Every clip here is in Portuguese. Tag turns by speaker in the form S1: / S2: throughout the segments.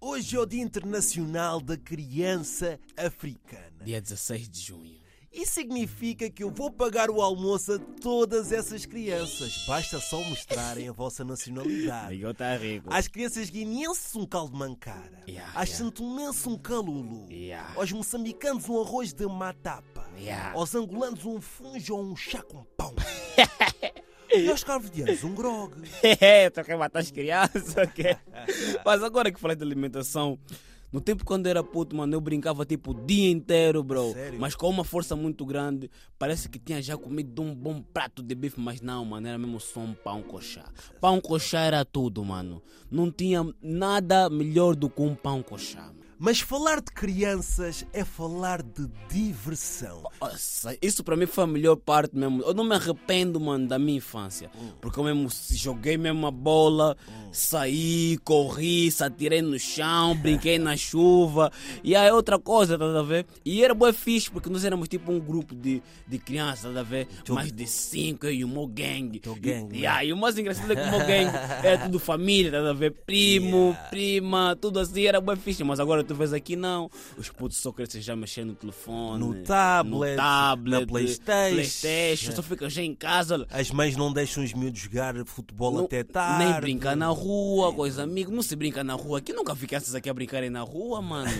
S1: Hoje é o Dia Internacional da Criança Africana.
S2: Dia 16 de junho.
S1: Isso significa que eu vou pagar o almoço a todas essas crianças. Basta só mostrarem a vossa nacionalidade.
S2: Miguel está rico.
S1: Às crianças guineenses um caldo de mancara.
S2: Yeah,
S1: Às
S2: yeah.
S1: santonenses um calulu.
S2: Yeah.
S1: Aos moçambicanos um arroz de matapa.
S2: Yeah.
S1: Aos angolanos um funjo ou um chá com pão. e aos carvedianos um grogue.
S2: Estou a matar as crianças, ok? Mas agora que falei de alimentação, no tempo quando era puto, mano, eu brincava tipo o dia inteiro, bro.
S1: Sério?
S2: Mas com uma força muito grande, parece que tinha já comido um bom prato de bife, mas não, mano, era mesmo só um pão coxá. Pão coxá era tudo, mano. Não tinha nada melhor do que um pão coxá, mano.
S1: Mas falar de crianças é falar de diversão.
S2: Nossa, isso para mim foi a melhor parte mesmo. Eu não me arrependo, mano, da minha infância. Porque eu mesmo joguei mesmo a bola, saí, corri, se atirei no chão, brinquei na chuva. E aí outra coisa, tá a ver? E era boa fixe, porque nós éramos tipo um grupo de, de crianças, tá a ver? Mais de cinco, eu e o meu gangue.
S1: Teu gangue, né?
S2: E, e aí o mais engraçado é que o meu gangue era tudo família, tá a ver? Primo, prima, tudo assim, era boa fixe. Mas agora tu vês aqui não. Os putos só crescem já mexendo no telefone
S1: No
S2: né? no
S1: tablet,
S2: tablet,
S1: na Playstation.
S2: Playstation, só fica já em casa. olha,
S1: As mães não deixam os miúdos jogar futebol
S2: não-
S1: até tarde. É.
S2: Nem brincar na rua, com os amigos. Não se brinca na rua. Aqui nunca vi crianças aqui a brincarem na rua, mano.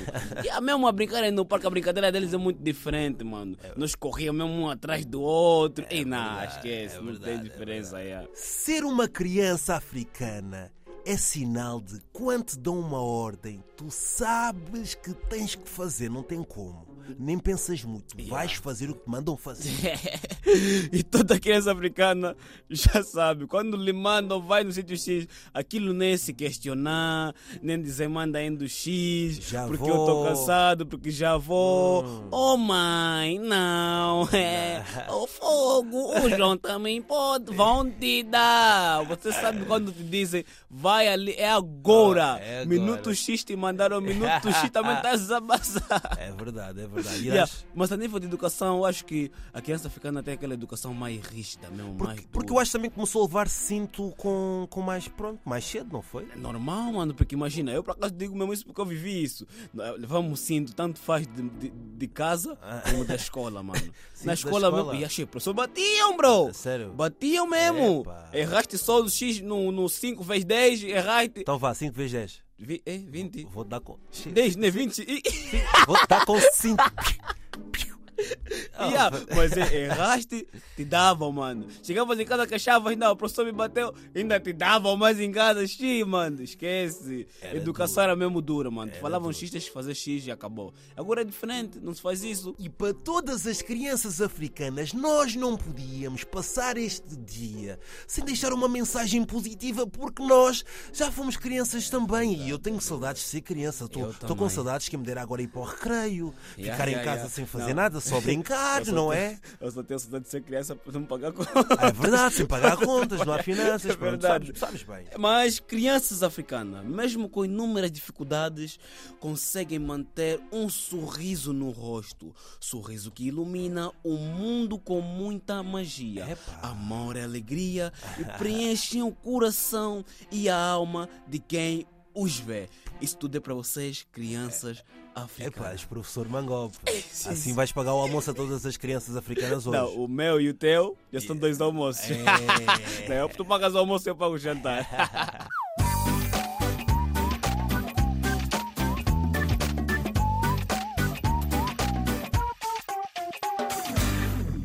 S2: e a mesmo a brincarem no parque, a brincadeira deles é muito diferente, mano.
S1: É.
S2: Nós corríamos mesmo um atrás do outro. Ei, não,
S1: é
S2: esquece. não tem diferença aí.
S1: Ser uma criança africana é sinal de quando te dão uma ordem, tu sabes que tens que fazer, não tem como. Nem pensas muito, vais fazer o que te mandam fazer.
S2: e toda criança africana já sabe, quando lhe mandam, vai no sítio X, aquilo nem se questionar, nem dizer manda ainda o X,
S1: Já
S2: porque
S1: vou. Hum.
S2: eu tô cansado, porque já vou. Oh mãe, não, é. O fogo, o João também pode, vão te dar. Você sabe quando te dizem, vai ali, é agora.
S1: Ah, é agora.
S2: Minuto X te mandaram, minuto X também tá desabazado.
S1: É verdade, é verdade. E
S2: Yeah,
S1: acho-
S2: Mas a nível de educação, eu acho que a criança africana tem aquela educação mais rígida, mesmo, mais
S1: Porque, porque eu
S2: dura.
S1: acho também que começou a levar cinto com, com mais pronto, mais cedo, não foi?
S2: É normal, mano, porque imagina, eu por acaso digo mesmo isso porque eu vivi isso. Nós Levamos cinto, tanto faz de, de, de casa como da escola, mano.
S1: Ah. Cinto da
S2: Na escola,
S1: escola?
S2: mesmo, e achei, professor, batiam, bro!
S1: É sério?
S2: Batiam mesmo!
S1: Epa.
S2: Erraste só o X no, no 5 vezes 10, erraste.
S1: Então vá, 5 vezes 10.
S2: Vi, é, 20.
S1: Vou dar com. Shit.
S2: 10, né? 20. E...
S1: Vou dar com 5.
S2: Yeah, mas é, erraste, te davam, mano. Chegavas em casa que achavas, não, o professor me bateu, ainda te davam mais em casa, X, mano, esquece. Educação era mesmo dura, mano. Falavam X, tens que fazer X e acabou. Agora é diferente, não se faz isso.
S1: E para todas as crianças africanas, nós não podíamos passar este dia sem deixar uma mensagem positiva, porque nós já fomos crianças também. E eu tenho saudades de ser criança. Estou
S2: Eu
S1: com
S2: também.
S1: saudades que me der agora ir para o recreio,
S2: Yeah,
S1: ficar em
S2: yeah,
S1: casa
S2: yeah.
S1: sem fazer
S2: Não.
S1: nada, só brincar,
S2: Eu só
S1: não
S2: tenho-
S1: é?
S2: Eu só tenho saudade de ser criança para não pagar conta.
S1: É verdade, sem pagar contas, não há finanças.
S2: É
S1: pronto,
S2: verdade. É
S1: sabes, sabes bem.
S2: Mas crianças africanas, mesmo com inúmeras dificuldades, conseguem manter um sorriso no rosto. Sorriso que ilumina o mundo com muita magia.
S1: Epa.
S2: Amor e alegria e preenchem o coração e a alma de quem os vê. Isso tudo é para vocês, crianças
S1: É pá,
S2: africanas.
S1: professor Mangope. Assim vais pagar o almoço a todas as crianças africanas hoje.
S2: Não, o meu e o teu já são dois almoços.
S1: É.
S2: Não, tu pagas o almoço, eu pago o jantar.